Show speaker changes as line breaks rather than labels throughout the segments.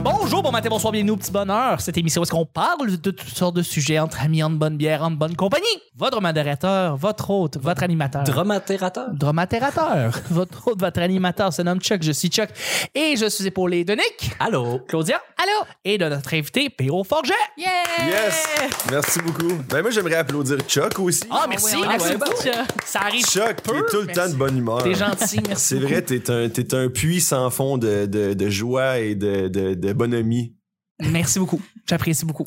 et bonsoir, bienvenue au petit bonheur. Cette émission où est-ce qu'on parle de toutes sortes de sujets entre amis, en bonne bière, en bonne compagnie. Votre modérateur, votre hôte, votre animateur.
Dromatérateur.
Dromatérateur. votre hôte, votre animateur se nomme Chuck, je suis Chuck. Et je suis épaulé de Nick,
Allô?
Claudia,
Allô?
et de notre invité, P.O. Forget.
Yeah!
Yes! Merci beaucoup. Ben moi, j'aimerais applaudir Chuck aussi.
Ah, merci,
oui, on
merci
l'aime
beaucoup.
beaucoup.
Ça arrive
Chuck, t'es
peu,
tout le
mais
temps de bonne humeur.
T'es gentil, merci.
C'est vrai, t'es un, t'es un puits sans fond de, de, de joie et de, de, de bonhomie.
Merci beaucoup. J'apprécie beaucoup.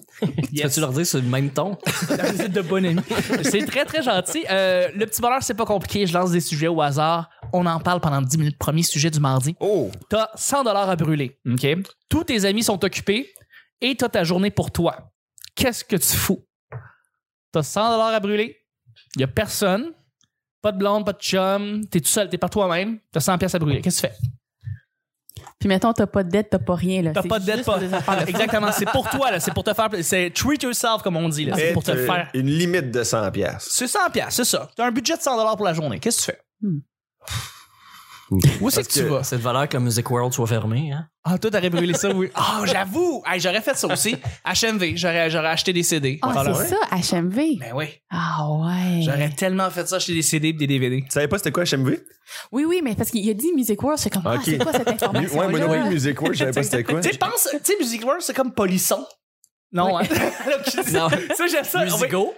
Tu vas-tu leur dire sur le même ton?
la musique de bonne amie. C'est très, très gentil. Euh, le petit bonheur, c'est pas compliqué. Je lance des sujets au hasard. On en parle pendant 10 minutes. Premier sujet du mardi.
Oh!
T'as 100 dollars à brûler. OK? Tous tes amis sont occupés et t'as ta journée pour toi. Qu'est-ce que tu fous? T'as 100 dollars à brûler. Y a personne. Pas de blonde, pas de chum. T'es tout seul, t'es par toi-même. T'as 100 pièces à brûler. Qu'est-ce que tu fais?
Puis mettons, t'as pas de dette, t'as pas rien. là.
T'as
Ben, C'est
pas de dette,
juste
pas.
pour des affaires de fun.
Exactement. C'est pour toi, là. C'est pour te faire. C'est treat yourself, comme on dit, là. C'est
Et
pour te
t'as
faire.
Une limite de 100 pièces.
C'est 100 pièces, c'est ça. T'as un budget de 100 dollars pour la journée. Qu'est-ce que tu fais? Où c'est que, tu
que-
vas?
Cette valeur que Music World soit fermée, hein?
Ah, toi, t'aurais brûlé ça, oui. Ah, j'avoue! Hey, j'aurais fait ça aussi. HMV, j'aurais, j'aurais acheté des CD.
Ah,
Voilà.
c'est ça, HMV.
Ben oui.
Ah, ouais.
J'aurais tellement fait ça, acheter des CD et des DVD.
Tu savais pas c'était quoi HMV?
Oui, oui, mais parce qu'il y a dit Music World, c'est comme, ah,
Ok.
c'est quoi cette
ben,
Ouais,
information?
moi non plus, Music World, je savais pas c'était quoi.
Tu sais, pense, tu sais, Music World, c'est comme Polisson. Non, hein?
Non.
Ça, j'aime ça. On va-
Musico?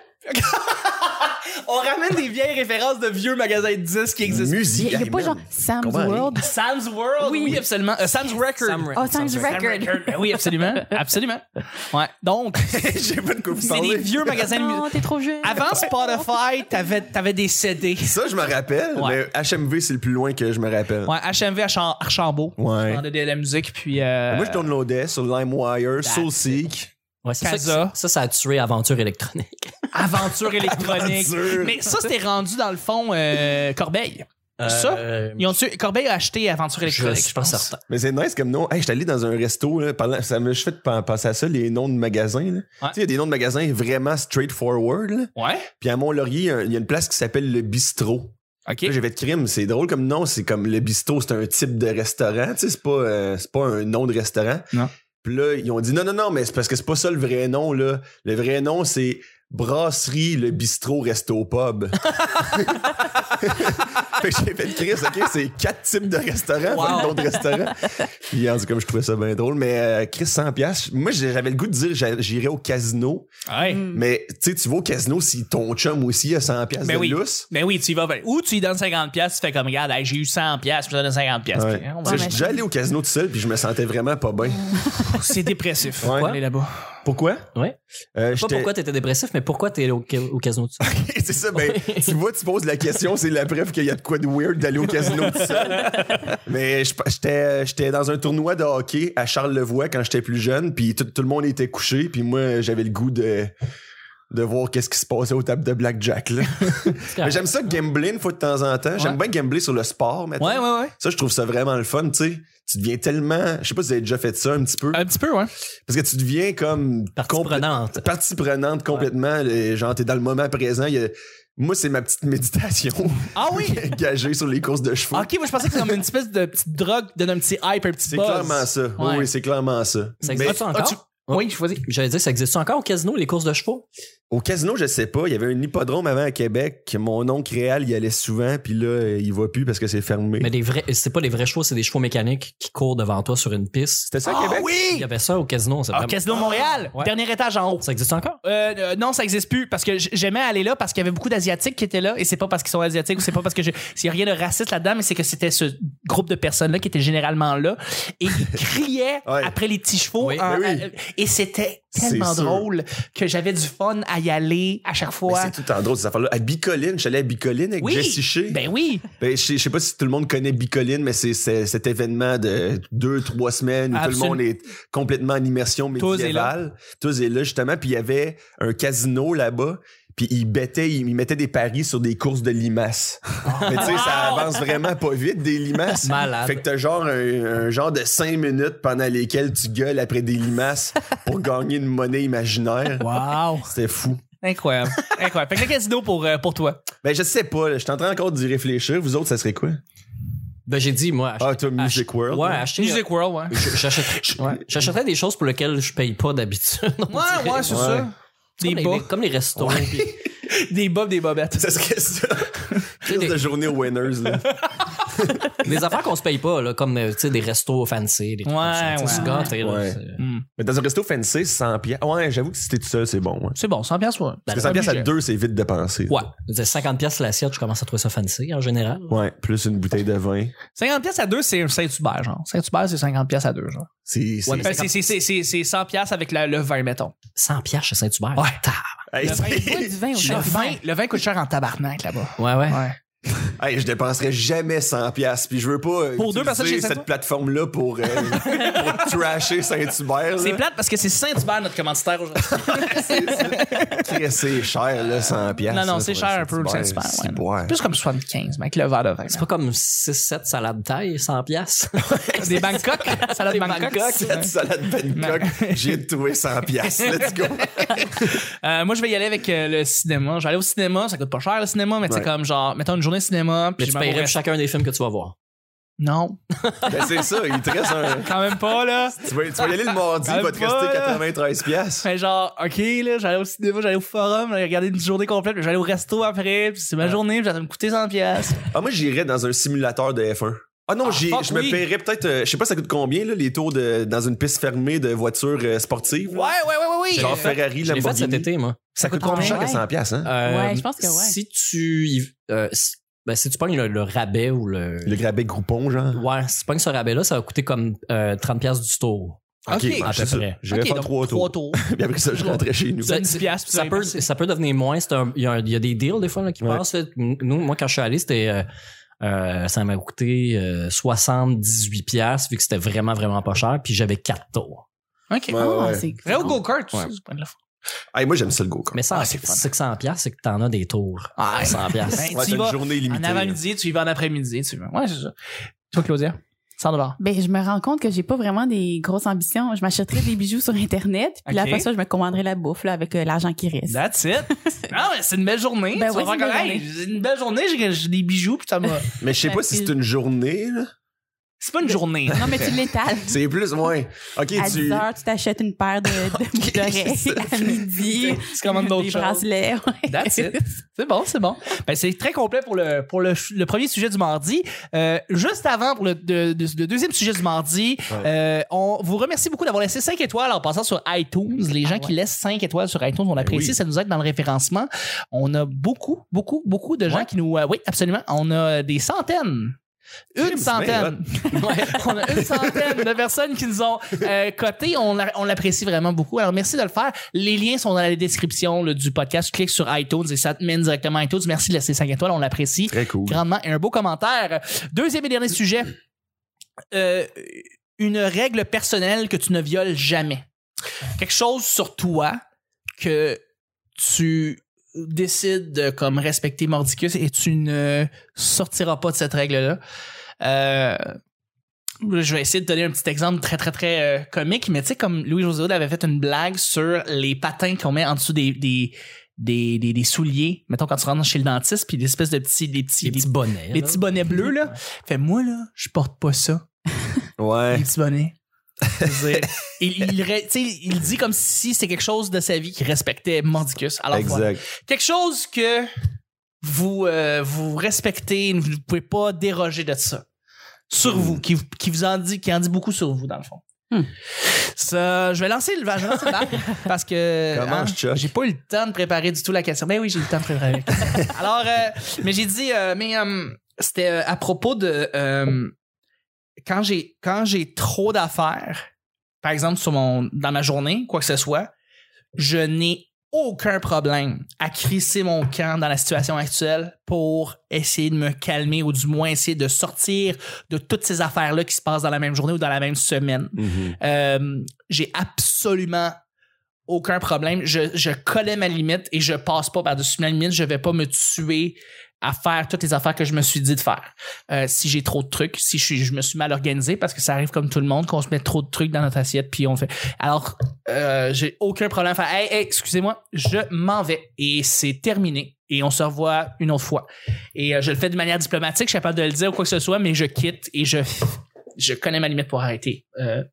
On ramène des vieilles références de vieux magasins de disques qui existent.
Musique.
Il y a pas genre Sam's
Comment aller?
World.
Sam's World, oui,
Oui.
absolument. Euh, Sam's Record.
Sam Ra-
Oh, Sam's
Sam Ra-
Sam
Record.
Ben oui, absolument. Absolument. Ouais. Donc,
Je sais pas de quoi vous
c'est des
parlez.
vieux magasins de musique.
Non, t'es trop jeune.
Avant Spotify, t'avais, t'avais des CD.
Ça, je me rappelle,
Ouais.
mais HMV, c'est le plus loin que je me rappelle.
Ouais, HMV à Cham- Archambault.
Ouais.
On a de la musique, puis. euh,
Moi, je tourne l'audet sur LimeWire,
that's
SoulSeek.
Ouais, c'est ça,
Casa.
que- ça, ça a tué Aventure électronique.
Aventure électronique.
Aventure.
Mais ça, c'était rendu dans le fond euh, Corbeil. Ça?
Euh,
Ils ont Corbeil a acheté Aventure
je,
électronique.
je suis pas certain.
Mais c'est nice comme nom. Hey, je suis allé dans un resto, là, parlant- ça me je fais de pen- penser à ça, les noms de magasins. là. Tu sais, il y a des noms de magasins vraiment straightforward. là.
Ouais.
Puis à Mont-Laurier, il y a un- il y, a une place qui s'appelle le Bistrot.
OK.
Là, j'ai fait de crime, c'est drôle comme nom, c'est comme le bistrot, c'est un type de restaurant, tu sais, c'est pas, euh, c'est pas un nom de restaurant.
Non.
Puis là, ils ont dit non, non, non, mais c'est parce que c'est pas ça le vrai nom, là. Le vrai nom, c'est Brasserie le bistrot resto pub. fait que j'ai fait de crime, ok, c'est quatre types de restaurants, pas le nom de restaurant. Puis en tout cas, je trouvais ça bien drôle, mais euh, Chris 100$, piastres, moi j'avais le goût de dire j'a- j'irais au casino,
Ouais.
mais tu sais, tu vas au casino si ton chum aussi a 100$ piastres
Hmm. Ben
de
oui.
lousse.
Ben oui, tu y vas. ben- Ou tu lui donnes 50$, piastres, tu fais comme, regarde, hey, j'ai eu 100$, piastres, je te donne 50$. piastres.
Ouais.
Puis, hein, on va-
Tu sais,
mais
je suis
ça-
déjà allé au casino tout seul puis je me sentais vraiment pas bien.
C'est dépressif.
Ouais.
Aller là-bas.
Pourquoi?
Ouais.
Euh,
Pas
j'étais-
pourquoi t'étais dépressif, mais pourquoi t'es allé au, au casino de ça?
c'est ça, ben, tu vois, tu poses la question, c'est la preuve qu'il y a de quoi de weird d'aller au casino tout seul. Mais je- j'étais j'étais dans un tournoi de hockey à Charlevoix quand j'étais plus jeune, puis tout, tout le monde était couché, puis moi, j'avais le goût de de voir qu'est-ce qui se passait aux tables de blackjack. Là. Mais j'aime ça gambler une fois de temps en temps. J'aime bien gambler sur le sport maintenant.
Ouais, ouais, ouais.
Ça, je trouve ça vraiment le fun, tu sais. Tu deviens tellement... Je sais pas si vous avez déjà fait ça un petit peu.
Un petit peu, ouais.
Parce que tu deviens comme
Partie
complè-
prenante.
partie prenante complètement. le- Genre, t'es dans le moment présent. il y a- Moi, c'est ma petite méditation.
Ah oui?
Gagée sur les courses de chevaux.
Ok, moi je pensais que c'était comme une espèce de petite drogue, donne un petit hype, un petit
C'est
Ah, buzz.
clairement ça. Oui,
Ouais.
Oui, c'est clairement ça.
Ça
Mais
existe encore?
Ah, tu- Oui, je choisis.
J'allais dire, ça existe encore au casino, les courses de chevaux?
au casino, je sais pas. Il y avait un hippodrome avant à Québec. que Mon oncle Réal y allait souvent. Puis là, euh, il va plus parce que c'est fermé.
Mais des vrais, c'est pas des vrais chevaux, c'est des chevaux mécaniques qui courent devant toi sur une piste.
C'était ça à
Ah
Québec?
Il y
oui!
avait ça au casino. c'est
Ah,
vraiment-
Casino Montréal,
Ouais.
dernier étage en haut.
Ça existe encore?
Euh, euh, non, ça existe plus parce que j- j'aimais aller là parce qu'il y avait beaucoup d'asiatiques qui étaient là et c'est pas parce qu'ils sont asiatiques ou c'est pas parce que je... s'il y a rien de raciste là-dedans mais c'est que c'était ce groupe de personnes là qui était généralement là et ils criaient
Ouais.
après les petits chevaux
Oui,
en- euh,
ben oui.
et c'était tellement
C'est sûr.
drôle que j'avais du fun à y aller à chaque
Mais
fois.
C'est tout le temps drôle, ces affaires-là. À Bicoline, je suis allé à Bicoline avec
Oui.
Jessie Shea.
Ben oui,
Ben, je sais- je sais pas si tout le monde connaît Bicoline, mais c'est c'est- cet événement de deux, trois semaines où
Absolument.
tout le monde est complètement en immersion
Tous est là.
médiévale. Tous est là, justement. Puis il y avait un casino là-bas. Puis ils bettaient, ils mettaient des paris sur des courses de limaces. Mais tu sais, ça avance vraiment pas vite, des limaces.
Malade.
Fait que t'as genre un, un genre de cinq minutes pendant lesquelles tu gueules après des limaces pour gagner une monnaie imaginaire.
Wow!
C'était fou.
Incroyable. Incroyable. Fait que le casino pour, euh, pour toi.
Ben, je sais pas, là, je suis en train encore d'y réfléchir. Vous autres, ça serait quoi?
Ben, j'ai dit, moi.
Ah, t'as
ach-
Music World.
Ouais,
hein?
acheter. euh,
Music World, ouais.
Je- j'achèterais- ouais, J'achèterais des choses pour lesquelles je paye pas d'habitude. on dirait.
Ouais, ouais, c'est
Ouais.
ça. Des
Comme les,
bas.
comme les restos. puis-
Des bobs, des bobettes.
Ça serait ça.
tu sais,
la
des,
journée aux winners, là.
des affaires qu'on se paye pas, là, comme euh, tu sais, des restos fancy. Des trucs comme
Ouais,
ça, tu sais,
ouais.
se gâter, là,
Ouais.
c'est- euh,
Mais dans un resto fancy, 100 piastres. Ouais, j'avoue que si t'es tout seul, c'est bon. Ouais.
C'est bon, 100 piastres, ouais.
Parce que 100 piastres à deux, c'est vite dépensé.
Ouais. Je disais, 50 pièces l'assiette, je commence à trouver ça fancy en général.
Ouais, plus une bouteille de vin.
50 piastres à deux, c'est un Saint-Hubert, genre. Saint-Hubert, c'est 50 piastres à deux, genre.
C'est. c'est-
Ouais, mais
Ben, c'est- c'est- c'est c'est- c'est 100 piastres avec la- le vin, mettons.
100 pièces chez Saint-Hubert.
Ouais.
Hey,
Le vin,
c'est-
Bois du vin au
Le vin, le vin coûte cher en tabarnak, là-bas.
Ouais, ouais.
Ouais.
Hey, je dépenserais jamais 100 pièces puis je veux pas euh,
Pour deux personnes
utiliser
chez
cette
Saint-Ouen?
plateforme là pour, euh, pour trasher Saint-Hubert.
C'est
là.
plate parce que c'est Saint-Hubert, notre commanditaire aujourd'hui.
Chris, c'est cher là 100 pièces.
non, non,
là,
c'est
pour
cher un peu, le Saint-Hubert.
c'est hein.
ouais.
boire.
Plus comme 75, mec, le verre de vin.
C'est pas comme 6-7 salades taille, 100 pièces.
Des Bangkok. Salade
Des
Bangkok.
Bangkok,
c'est-
Cette salade Bangkok, j'ai trouvé 100 pièces. Let's go.
Euh, moi, je vais y aller avec euh, le cinéma. Je vais aller au cinéma. Ça coûte pas cher, le cinéma, mais c'est
Ouais.
comme genre, mettons une journée de cinéma.
Mais
Puis
tu
je m'en vais au
paierais
restaurant.
chacun des films que tu vas voir.
Non,
ben, c'est ça, il te reste un
quand même pas, là.
tu vas, tu vas y aller le mardi,
Quand
il va te
même pas,
rester
là.
93 pièces.
Mais genre, ok, là, j'allais au cinéma, j'allais au forum, j'allais regarder une journée complète, puis j'allais au resto après, puis c'est ma journée, puis ça va me coûter 100 pièces.
Ah, moi, j'irais dans un simulateur de F1. Ah non, j'ai-
fuck
je me
oui.
paierais peut-être, euh, je sais pas ça coûte combien, là, les tours de, dans une piste fermée de voitures euh, sportives.
Ouais,
là.
ouais, ouais, ouais, ouais.
Genre Ferrari,
Je l'ai fait
Lamborghini.
cet été, moi.
Ça coûte
coûte
combien cher
combien?
que 100 pièces, hein?
Euh,
Ouais, je pense que ouais.
Si tu, y- euh, si- ben, si tu pognes le, le rabais ou le.
Le grabé groupon, genre.
Ouais, si tu pognes ce rabais-là, ça va coûter comme euh, 30 pièces du tour.
Ok,
ben,
à
c'est
peu
ça.
près.
J'irais
Ok,
faire
donc
trois tours.
tours.
Puis après ça, je rentrais chez nous.
Ça-
Ça-
10 piastres, puis
ça
vous
peut,
avez passé.
ça peut devenir moins. c'est un- Il y, a un- il y a des deals des fois là, qui
Ouais.
passent. là. Nous, moi, quand je suis allé, c'était euh, euh, ça m'a coûté euh, 78 pièces vu que c'était vraiment, vraiment pas cher. Puis j'avais quatre tours.
Ok.
Ouais, Ah, ouais, ouais.
Ah, c'est
Vrai au go-kart, tu
Ouais.
sais, c'est pas de la faute.
Hey, moi, j'aime ça le go-kart.
Mais ça,
Ah, c'est
c'est
le fun.
600 pièces, c'est que t'en as des tours.
Ah,
100
Ben,
pièces.
tu
Ouais,
y
t'as
vas
une journée
en
limitée.
avant-midi, tu y vas en après-midi, tu vas. Ouais, c'est ça. Toi, Claudia, 100 dollars.
Ben, je me rends compte que j'ai pas vraiment des grosses ambitions. Je m'achèterais des bijoux sur Internet, puis là,
Ok.
après ça, je me commanderais la bouffe là, avec euh, l'argent qui reste.
That's it. non, mais c'est une belle journée.
Ben
tu
oui,
vas
c'est
faire
une
comme,
belle
hey, j'ai une belle journée, j'ai- j'ai des bijoux, puis ça m'a.
Mais je sais pas si c'est une journée, là.
C'est pas une journée.
Non, mais tu l'étales.
C'est plus, ouais. Ok,
À 10
tu.
heures, tu t'achètes une paire de, de boucles d'oreilles à midi,
C'est comme
des
d'autres choses.
bracelets. ouais.
That's it. C'est bon, c'est bon. Ben, c'est très complet pour le, pour le, le premier sujet du mardi. Euh, juste avant, pour le, de- de- le deuxième sujet du mardi,
Ouais.
euh, on vous remercie beaucoup d'avoir laissé 5 étoiles en passant sur iTunes. Les gens qui laissent 5 étoiles sur iTunes, on apprécie,
Ben oui.
ça nous aide dans le référencement. On a beaucoup, beaucoup, beaucoup de gens
Ouais.
qui nous... euh, oui, absolument. On a des centaines. Une
Crime, c'est
centaine.
Ouais.
on a une centaine de personnes qui nous ont euh, coté. On, l'a- on l'apprécie vraiment beaucoup. Alors, merci de le faire. Les liens sont dans la description là, du podcast. Tu cliques sur iTunes et ça te mène directement à iTunes. Merci de laisser 5 étoiles. On l'apprécie
Très cool.
grandement. Et un beau commentaire. Deuxième et dernier sujet. Euh, une règle personnelle que tu ne violes jamais. Quelque chose sur toi que tu décides de comme respecter mordicus et tu ne sortiras pas de cette règle-là. Euh, je vais essayer de donner un petit exemple très, très, très euh, comique, mais tu sais, comme Louis-José Hood avait fait une blague sur les patins qu'on met en dessous des, des, des, des- des souliers, mettons quand tu rentres chez le dentiste, puis des espèces de petits, des petits,
Des petits bonnets.
les
là.
petits bonnets bleus, là. Fait, moi, là, je porte pas ça.
Ouais.
Les petits bonnets. Je veux dire, il, il, re- tu sais, il dit comme si c'est quelque chose de sa vie qu'il respectait mendicus. Alors, voilà.
Exact.
Quelque chose que vous, euh, vous respectez, vous ne pouvez pas déroger de ça. Sur vous,
Hmm.
qui, vous- qui vous en dit, qui en dit beaucoup sur vous, dans le fond.
Hmm.
Ça, je vais lancer le vagin parce que
Comment
hein,
je choque?
j'ai pas eu le temps de préparer du tout la question. Mais oui, j'ai eu le temps de préparer. la question. Alors, euh, mais j'ai dit, euh, mais euh, c'était euh, à propos de euh, quand j'ai quand j'ai trop d'affaires, par exemple sur mon dans ma journée, quoi que ce soit, je n'ai aucun problème à crisser mon camp dans la situation actuelle pour essayer de me calmer ou du moins essayer de sortir de toutes ces affaires-là qui se passent dans la même journée ou dans la même semaine.
Mhm.
Euh, j'ai absolument aucun problème. Je, je connais ma limite et je passe pas par-dessus ma limite. Je vais pas me tuer à faire toutes les affaires que je me suis dit de faire. Euh, si j'ai trop de trucs, si je, suis- je me suis mal organisé, parce que ça arrive comme tout le monde, qu'on se met trop de trucs dans notre assiette, puis on fait. Alors, euh, j'ai aucun problème à faire. Hey, hey, excusez-moi, je m'en vais. Et c'est terminé. Et on se revoit une autre fois. Et euh, je le fais de manière diplomatique, je suis capable de le dire ou quoi que ce soit, mais je quitte et je, je connais ma limite pour arrêter. Euh,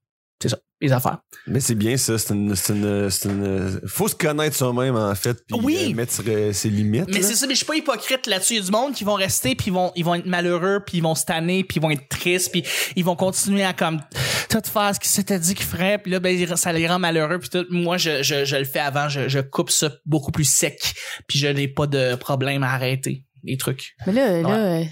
c'est ça, les affaires.
Mais c'est bien ça, c'est une, c'est une- c'est une- Faut se connaître soi-même, en fait, puis
Oui.
euh, mettre euh, ses limites.
Mais
là.
c'est ça, mais je suis pas hypocrite là-dessus. Il y a du monde qui vont rester, puis ils vont, ils vont être malheureux, puis ils vont se tanner, puis ils vont être tristes, puis ils vont continuer à comme tout faire ce qu'ils s'étaient dit qu'ils feraient, puis là, ben, ils- ça les rend malheureux, puis tout. Moi, je, je, je le fais avant, je, je coupe ça beaucoup plus sec, puis je n'ai pas de problème à arrêter les trucs.
Mais là, là, euh,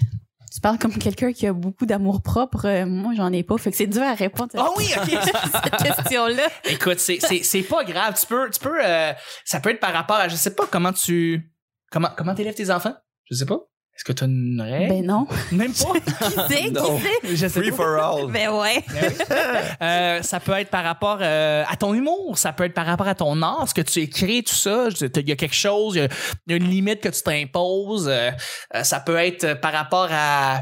tu parles comme quelqu'un qui a beaucoup d'amour propre. Euh, moi, j'en ai pas. Fait que c'est dur à répondre à
Ah oui, ok!
cette question-là.
Écoute, c'est, c'est, c'est pas grave. Tu peux, tu peux, euh, ça peut être par rapport à, je sais pas comment tu, comment, comment t'élèves tes enfants? Je sais pas. Est-ce que t'as une règle?
Ben non.
Même pas.
Qui sait?
Non.
Qui sait?
je sais
Free
pas.
for all.
Ben ouais.
Euh, ça peut être par rapport euh, à ton humour, ça peut être par rapport à ton art, ce que tu écris, tout ça. Je- Il y a quelque chose, il y a- il y, a une limite que tu t'imposes. euh, euh, ça peut être euh, par rapport à,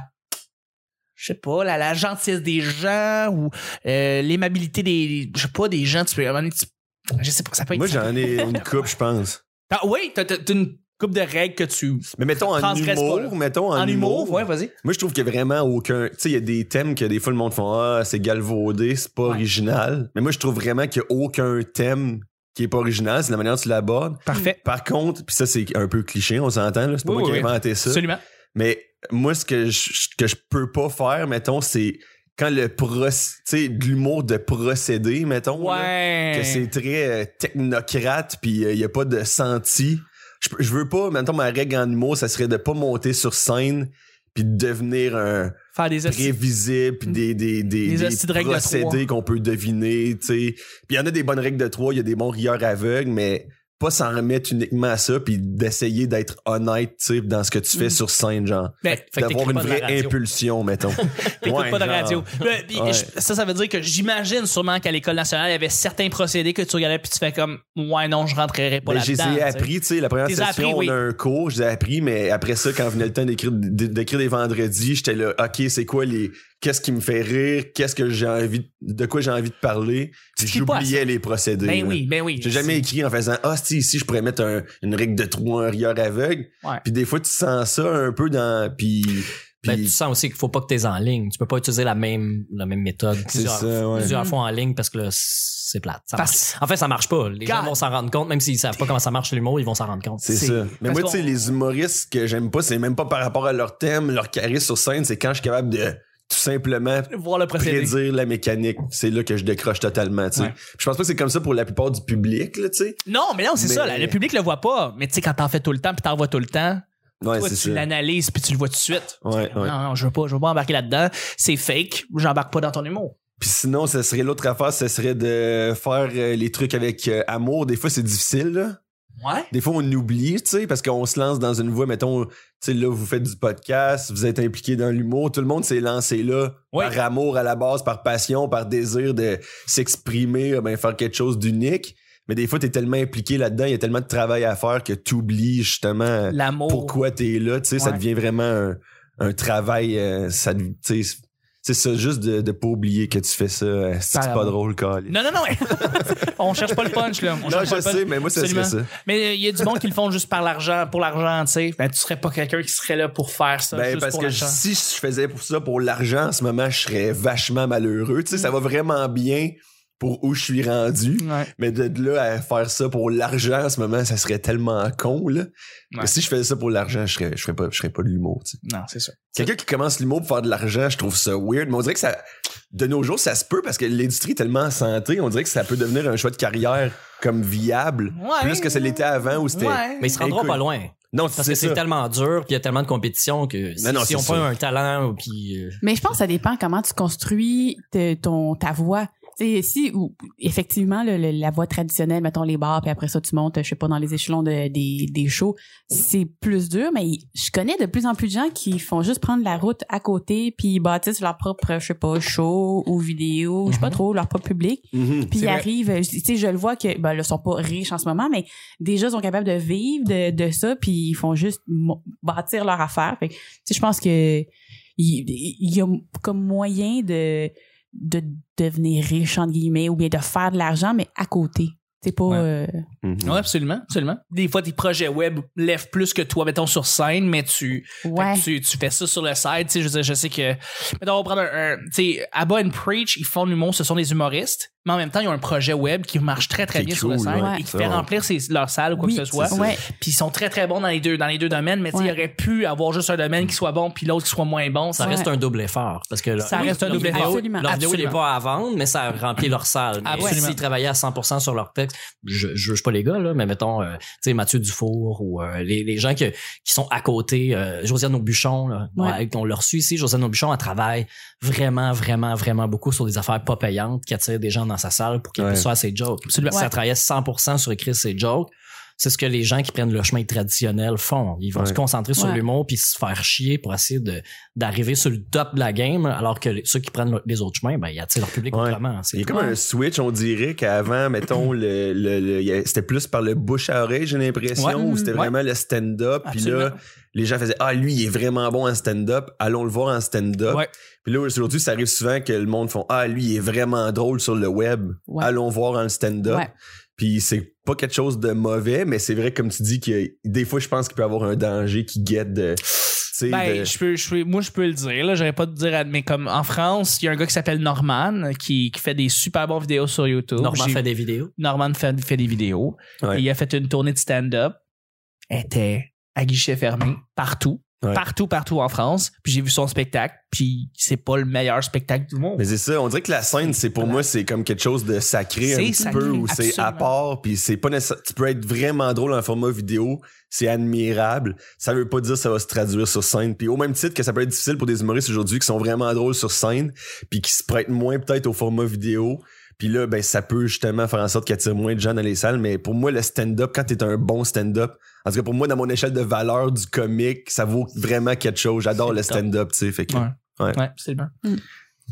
je sais pas, la, la gentillesse des gens ou euh, l'aimabilité des, je sais pas, des gens. Tu peux, à un moment donné, tu- je sais pas, ça peut être.
Moi,
ça
j'en ai une coupe, je pense.
Ah oui, t'as, t'as- t'as une coupe de règles que tu.
Mais mettons en
Transgresse pas, là.
humour, mettons en,
En, humour, ouais, vas-y.
Moi, je trouve qu'il y a vraiment aucun. Tu sais, il y a des thèmes que des fois le monde font Ah, c'est galvaudé, c'est pas
Ouais.
original. Mais moi, je trouve vraiment qu'il y a aucun thème qui est pas original, c'est la manière dont tu l'abordes.
Parfait.
Par contre, puis ça, c'est un peu cliché, on s'entend, là. C'est pas
Oui, oui,
moi qui ai
oui.
inventé ça.
Absolument.
Mais moi, ce que je, que je peux pas faire, mettons, c'est quand le procès. Tu sais, de l'humour de procédé, mettons. là,
Ouais.
que c'est très euh, technocrate puis il y a pas de senti. Je, peux- je veux pas, maintenant ma règle en humour, ça serait de pas monter sur scène puis de devenir un
Faire des astuces.
prévisible puis des des des,
Des hosties de règles de
procédés qu'on peut deviner, tu sais. Puis il y en a des bonnes règles de trois, il y a des bons rieurs aveugles, mais pas s'en remettre uniquement à ça puis d'essayer d'être honnête, tu sais, dans ce que tu fais
Mm.
sur scène, genre.
Ben,
Fait que t'écris
D'avoir une
pas de la
vraie
radio.
impulsion, mettons.
T'écoutes
Ouais,
pas de
genre.
radio. Ben, puis
Ouais.
je- ça, ça veut dire que j'imagine sûrement qu'à l'école nationale, il y avait certains procédés que tu regardais puis tu fais comme Ouais, non, je rentrerai pas
Ben, je les
là-dedans.
ai
tu sais.
appris, tu sais, la première
T'es
session,
appris,
on
oui.
a un cours, je les ai appris, mais après ça, quand venait le temps d'écrire, d- d'écrire des vendredis, j'étais là, OK, c'est quoi les. Qu'est-ce qui me fait rire? Qu'est-ce que j'ai envie. De quoi j'ai envie de parler? Puis
te fies pas à
J'oubliais les procédés.
Ben
là.
oui, ben oui.
J'ai jamais écrit en faisant Ah, si, ici, je pourrais mettre un- une règle de trou, un rieur aveugle.
Ouais.
Puis des fois, tu sens ça un peu dans. Puis.
Ben,
puis-
tu sens aussi qu'il faut pas que tu es en ligne. Tu peux pas utiliser la même, la même méthode
c'est
plusieurs,
ça, ouais.
plusieurs fois en ligne parce que là, c'est plate. Ça marche-
Parce-
En fait, ça marche pas. Les gens
God.
vont s'en rendre compte, même s'ils savent pas comment ça marche l'humour, ils vont s'en rendre compte.
C'est
C'est-
ça. Mais
parce
moi, tu sais,
qu'on-
les humoristes que j'aime pas, c'est même pas par rapport à leur thème, leur charisme sur scène, c'est quand je suis capable de tout simplement
Voir le procédé.
prédire la mécanique. C'est là que je décroche totalement, tu sais.
Ouais.
Puis Je pense pas que c'est comme ça pour la plupart du public, là, tu sais.
Non, mais non, c'est
Mais-
ça. là, le public le voit pas. Mais tu sais, quand t'en fais tout le temps puis t'en vois tout le temps,
Ouais,
toi,
c'est
tu
ça.
l'analyses puis tu le vois tout de suite.
Ouais, ouais.
Non, non, je veux pas, je veux pas embarquer là-dedans. C'est fake. J'embarque pas dans ton humour.
Puis sinon, ce serait l'autre affaire, ce serait de faire euh, les trucs avec euh, amour. Des fois, c'est difficile, là.
Ouais.
Des fois, on oublie, tu sais, parce qu'on se lance dans une voie, mettons, tu sais, là, vous faites du podcast, vous êtes impliqué dans l'humour, tout le monde s'est lancé là,
Ouais.
par amour à la base, par passion, par désir de s'exprimer, euh, ben, faire quelque chose d'unique. Mais des fois, t'es tellement impliqué là-dedans, il y a tellement de travail à faire que t'oublies justement
L'amour.
pourquoi t'es là, tu sais, ça
Ouais.
devient vraiment un, un travail, euh, ça, dev- tu sais, c'est ça, juste de, de pas oublier que tu fais ça, euh, c'est
Par
c'est pas
amour.
drôle, Carly.
Non, non, non. ouais. On cherche pas le punch, là. On
Non,
cherche pas
je
le punch.
sais, mais moi, ça serait ça.
Absolument. Mais il y a du monde qui le font juste par l'argent, pour l'argent, tu sais. Ben, tu serais pas quelqu'un qui serait là pour faire ça.
Ben,
juste
parce
pour
que
l'argent.
si je faisais pour ça pour l'argent, en ce moment, je serais vachement malheureux. Tu sais,
Mm.
ça va vraiment bien pour où je suis rendu.
Ouais.
Mais de de là à faire ça pour l'argent en ce moment, ça serait tellement con, là.
Ouais.
Mais si je faisais ça pour l'argent, je serais, je ferais pas, je serais pas de l'humour, tu sais.
Non, c'est ça.
Quelqu'un qui commence l'humour pour faire de l'argent, je trouve ça weird. Mais on dirait que ça, de nos jours, ça se peut parce que l'industrie est tellement en santé, on dirait que ça peut devenir un choix de carrière comme viable.
Ouais.
Plus que ça l'était avant où c'était.
Ouais.
Mais ils se rendront
Écoute,
pas loin.
Non,
Parce que
c'est
c'est
ça.
tellement dur, puis il y a tellement de compétition que si,
Non, non,
si
c'est
on
ça.
pas un talent, puis euh,
Mais je pense que ça dépend comment tu construis te- ton, ta voix. C'est si ou effectivement le- le- la voie traditionnelle, mettons les bars, puis après ça tu montes, je sais pas dans les échelons de- des, des shows, c'est plus dur. Mais je connais de plus en plus de gens qui font juste prendre la route à côté, puis ils bâtissent leur propre, je sais pas, show ou vidéo, je sais pas trop, leur propre public.
Mhm.
C'est
Puis ils
vrai.
arrivent, euh, tu sais, je le vois que ben là, ils sont pas riches en ce moment, mais déjà ils sont capables de vivre de, de ça, puis ils font juste mo- bâtir leur affaire. Fait que, tu sais, je pense que il il y a comme moyen de de devenir riche entre guillemets ou bien de faire de l'argent mais à côté. C'est pas
Ouais.
euh,
Mhm.
Oui, absolument, absolument. Des fois, tes projets web lèvent plus que toi, mettons, sur scène, mais tu,
ouais.
Fait que Tu, tu fais ça sur le side, tu sais, je, veux dire, je sais que... Mettons, on va prendre un... un- tu sais, Abba and Preach, ils font de l'humour, ce sont des humoristes, mais en même temps, ils ont un projet web qui marche très, très
Qui est
bien sur le
cool,
side
ouais.
et qui
Ça,
fait
ouais.
remplir ses- leur salle ou quoi
Oui,
que ce soit.
c'est ça.
Ouais.
Puis ils sont très, très bons dans les deux, dans les deux domaines, mais tu sais,
Ouais.
il aurait pu avoir juste un domaine qui soit bon puis l'autre qui soit moins bon.
Ça
Ça reste...
reste un double effort. Parce que
Ça
leur-
reste un
leur
double
vidéo-
effort.
Absolument.
Leur vidéo, il n'est
Absolument.
pas à vendre, mais ça remplit leur salle. Mais
Absolument.
S'ils travaillaient à 100% sur leur texte, je ne juge pas les gars, là, mais mettons, euh, tu sais, Mathieu Dufour ou euh, les, les gens que- qui sont à côté, euh, Josiane Aubuchon, là,
Ouais.
ouais, qu'on l'a reçu ici, Josiane Aubuchon, elle travaille vraiment, vraiment, vraiment beaucoup sur des affaires pas payantes qui attirent des gens dans sa salle pour qu'ils
Ouais.
puissent faire ses jokes.
Absolument.
Si elle travaillait 100% sur écrire ses jokes, c'est ce que les gens qui prennent le chemin traditionnel font. Ils vont
Ouais.
se concentrer sur
Ouais.
l'humour puis se faire chier pour essayer de d'arriver sur le top de la game, alors que les- ceux qui prennent le- les autres chemins, ben, ils attirent leur public
Ouais.
autrement.
Il y
C'est
a comme un switch, on dirait qu'avant, mettons, le, le- le- il y a- c'était plus par le bouche à oreille, j'ai l'impression,
Ouais.
où c'était
Ouais.
vraiment le stand-up. Puis là,
Absolument.
les gens faisaient Ah, lui, il est vraiment bon en stand-up, allons le voir en stand-up.
Ouais.
Puis là, aujourd'hui, ça arrive souvent que le monde font Ah, lui, il est vraiment drôle sur le web,
Ouais.
allons voir en stand-up.
Ouais.
Puis c'est pas quelque chose de mauvais, mais c'est vrai, comme tu dis, que des fois, je pense qu'il peut y avoir un danger qui guette de. tu sais,
Ben,
de-
je peux, je peux- moi, je peux le dire. Là, j'aurais pas de dire, à- mais comme en France, il y a un gars qui s'appelle Norman qui, qui fait des super bons vidéos sur YouTube.
Normand
J'ai-
fait des vidéos.
Norman fait, fait des vidéos.
Ouais.
Et il a fait une tournée de stand-up. Elle était à guichet fermé partout.
Ouais.
Partout, partout en France. Puis j'ai vu son spectacle. Puis c'est pas le meilleur spectacle du monde.
Mais c'est ça, on dirait que la scène, c'est pour moi, c'est comme quelque chose de sacré un
C'est
petit
sacré,
peu, où c'est à
absolument.
part, puis c'est pas nécessaire. Tu peux être vraiment drôle en format vidéo, c'est admirable. Ça veut pas dire que ça va se traduire sur scène. Puis au même titre que ça peut être difficile pour des humoristes aujourd'hui qui sont vraiment drôles sur scène, puis qui se prêtent moins peut-être au format vidéo. Puis là, ben, ça peut justement faire en sorte qu'il attire moins de gens dans les salles. Mais pour moi, le stand-up, quand t'es un bon stand-up, en tout cas pour moi, dans mon échelle de valeur du comique, ça vaut vraiment quelque chose. J'adore le
top.
stand-up, tu sais. Fait que,
Ouais.
Ouais.
Ouais, absolument.
Mm.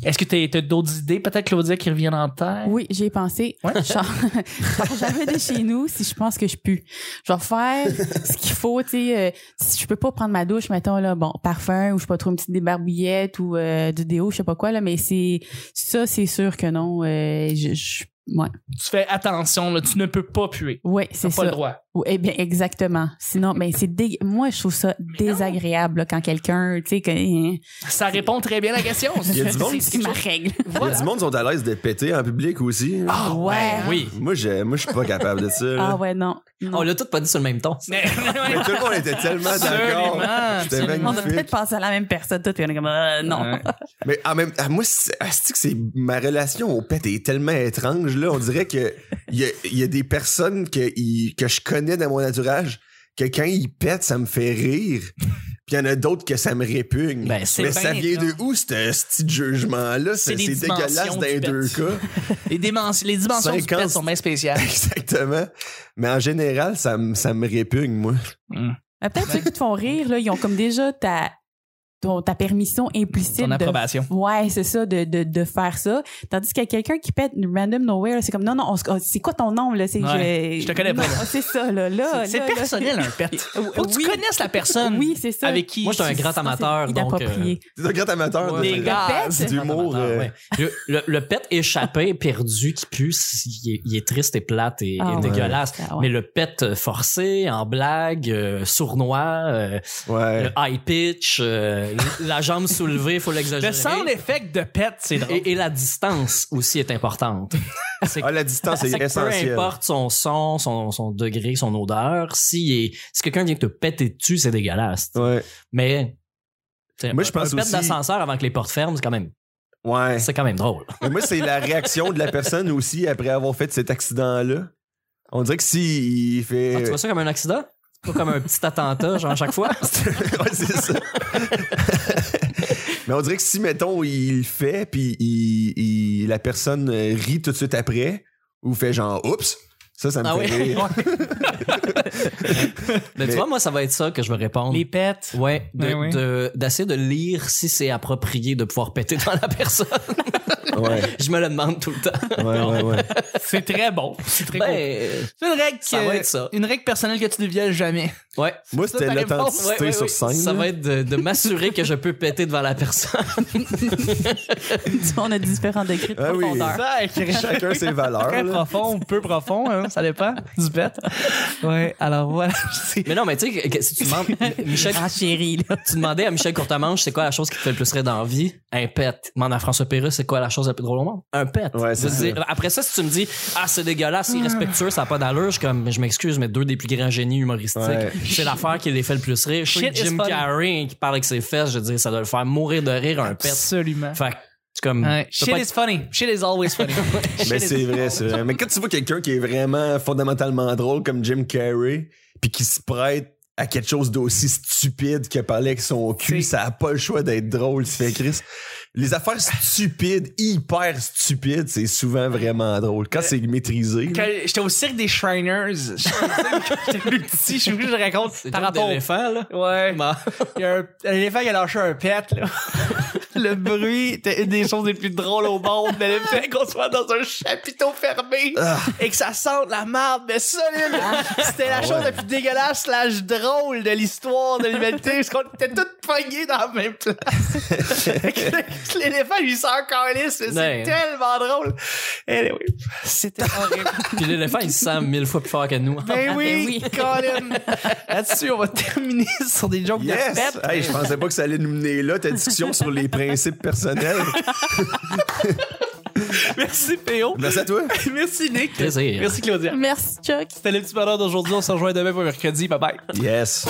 Est-ce que t'as t'as d'autres idées, peut-être, Claudia, qui reviennent en tête?
Oui, j'ai pensé.
Ouais.
Je sors je sors jamais de chez nous si je pense que je pue. Je vais faire ce qu'il faut, tu sais. euh, si je peux pas prendre ma douche, mettons, là, bon, parfum ou je sais pas trop une petite débarbouillette ou euh, du déo, je sais pas quoi, là, mais c'est ça, c'est sûr que non. euh, je, je- ouais.
Tu fais attention, là, tu ne peux pas puer.
Ouais,
T'as
c'est
pas
ça.
le droit.
Oui, eh bien, exactement. Sinon, mais c'est dég- moi, je trouve ça désagréable là, quand quelqu'un, tu sais, que hein,
Ça répond très bien à la question.
Il y a du monde
C'est-
qui
c'est
c'est ma règle.
Il y a du monde qui sont à l'aise de péter en public aussi.
Ah ouais.
Oui.
Moi, je, moi, je suis pas capable de
Euh.
ça. là.
Ah ouais, non. non.
On l'a tout pas dit sur le même ton.
Mais,
Mais tout le monde était tellement
Absolument,
d'accord. C'était
absolument.
magnifique.
on a peut-être pensé à la même personne tout, puis on est comme euh, non.
Ouais.
Mais en même ah, moi, c'est asti que c'est- ma relation au pet est tellement étrange. là. On dirait que il y a, il y a des personnes que, il- que je connais dans mon entourage que quand ils pètent, ça me fait rire. Puis il y en a d'autres que ça me répugne.
Ben, c'est
Mais
bien
ça vient de
étrange.
où, ce petit jugement-là?
C'est
C'est
des
c'est dégueulasse
dimensions
dans
du
les deux
pet.
cas.
Les, dimensions- les dimensions du
50.
pet sont bien spéciales.
Exactement. Mais en général, ça, me- ça me répugne, moi.
Mm.
Mais Ben, Peut-être ceux qui te font rire, là, ils ont comme déjà ta, ton, ta permission implicite.
Ton
de-
approbation.
Ouais, c'est ça, de, de, de faire ça. Tandis qu'il y a quelqu'un qui pète random nowhere, là, c'est comme non, non, on se- c'est quoi ton nom, là? C'est,
Ouais, je te connais pas,
Non,
là.
C'est ça, là. là
C'est- C'est
Ah, là, là.
personnel, un pet. Faut que tu
Oui.
connaisses la personne
Oui, c'est ça.
avec qui.
Moi, j'étais un grand amateur, donc.
Inapproprié.
C'est un grand amateur
Ouais.
de
Les gars,
c'est
euh,
d'humour.
amateur,
euh,
ouais. le, le- le pet échappé, perdu, qui pue, il est, il est triste et plate et, et
Ah ouais.
dégueulasse.
Ah ouais.
Mais le pet euh, forcé, en blague, euh, sournois, euh,
Ouais.
le high pitch, euh, la jambe soulevée, faut l'exagérer.
Le sound effect de pet, c'est drôle.
Et, et la distance aussi est importante. C'est
Ah, la distance est
c'est que peu
essentielle.
importe son son, son, son degré, son odeur, si, si quelqu'un vient te péter dessus, c'est dégueulasse.
Ouais.
Mais t'sais,
Moi, je
un
pense
pet
aussi- Eh.
d'ascenseur avant que les portes ferment, c'est quand même,
Ouais.
c'est quand même drôle.
Mais moi, c'est la réaction de la personne aussi après avoir fait cet accident-là. On dirait que si il fait.
Ah, tu vois ça comme un accident? Pas comme un petit attentat, genre, à chaque fois?
ouais, c'est ça. Mais on dirait que si, mettons, il le fait, puis il- il- la personne euh, rit tout de suite après, ou fait genre, oups, ça, ça me
Ah
fait
oui?
rire.
Mais tu
Mais-
vois, moi, ça va être ça que je vais répondre.
Les pets.
Ouais,
Ben
de-
oui.
de- d'essayer de, lire si c'est approprié de pouvoir péter dans la personne.
Ouais,
je me le demande tout le temps.
ouais, ouais, ouais.
C'est très bon. C'est très cool.
Ben, euh,
C'est une règle,
ça
que-
va être ça.
Une règle personnelle que tu ne violes jamais.
ouais.
Moi,
C'est
c'était
ça ta réponse?
l'authenticité
Ouais, ouais,
sur
ouais.
scène.
Ça
là.
va être de, de m'assurer que je peux péter devant la personne.
On a différents degrés de
Ah oui.
profondeur.
Chacun ses valeurs.
Très
là.
profond ou peu profond, hein, ça dépend du pet. Ouais, alors voilà. c'est-
Mais non, mais tu sais, que- que si tu demandes, Michel,
Ah, chérie, là.
tu demandais à Michel Courtemanche, c'est quoi la chose qui te fait le plus rire dans la vie? Un pet. Demande à François Pérusse, c'est quoi la chose la plus drôle au monde? Un pet.
Ouais, c'est
Je veux
ça.
dire, après ça, si tu me dis, ah, c'est dégueulasse, c'est irrespectueux, ça n'a pas d'allure, je suis comme, je m'excuse, mais deux des plus grands génies humoristiques,
Ouais.
c'est l'affaire qui les fait le plus rire. Je sais
Shit
que Jim
is funny.
Carrey hein, qui parle avec ses fesses, je veux dire, ça doit le faire mourir de rire, un pet.
Absolument.
Fait que, c'est comme,
Ouais.
tu peux
Shit
pas
is funny. Shit is always funny.
Mais Ben, c'est vrai, c'est vrai. Mais quand tu vois quelqu'un qui est vraiment fondamentalement drôle comme Jim Carrey, puis qui se prête à quelque chose d'aussi stupide que parler avec son cul,
C'est-
ça a pas le choix d'être drôle, tu fais Chris. Les affaires stupides, hyper stupides, c'est souvent vraiment drôle. Quand c'est maîtrisé.
Euh, Quand J'étais au cirque des Shriners. J'étais plus petit, je suis obligé de raconter
C'est
par
par
rapport.
d'éléphant, là.
Ouais.
Bah,
Il y a un, un éléphant qui a lâché un pet, là. Le bruit était une des choses les plus drôles au monde, mais le fait qu'on soit dans un chapiteau fermé
Ah.
et que ça sente la marde, mais solide! C'était la
Ah
chose la plus dégueulasse slash drôle de l'histoire de l'humanité, parce qu'on était tous pognés dans la même place. Fait que L'éléphant, lui, sort calice, mais c'est
Ouais.
tellement drôle. Anyway, c'était horrible.
Puis l'éléphant, il se sent mille fois plus fort que nous.
Ben
Ah, ben
oui,
oui.
Colin! Là-dessus, on va terminer sur des jokes de
Yes!
pète.
Hey, je pensais pas que ça allait nous mener là, ta discussion sur les principes personnels.
Merci, Péo.
Merci à toi.
Merci, Nick.
Plaisir.
Merci, Claudia.
Merci, Chuck.
C'était le petit bonheur d'aujourd'hui. On se rejoint demain pour mercredi. Bye bye.
Yes.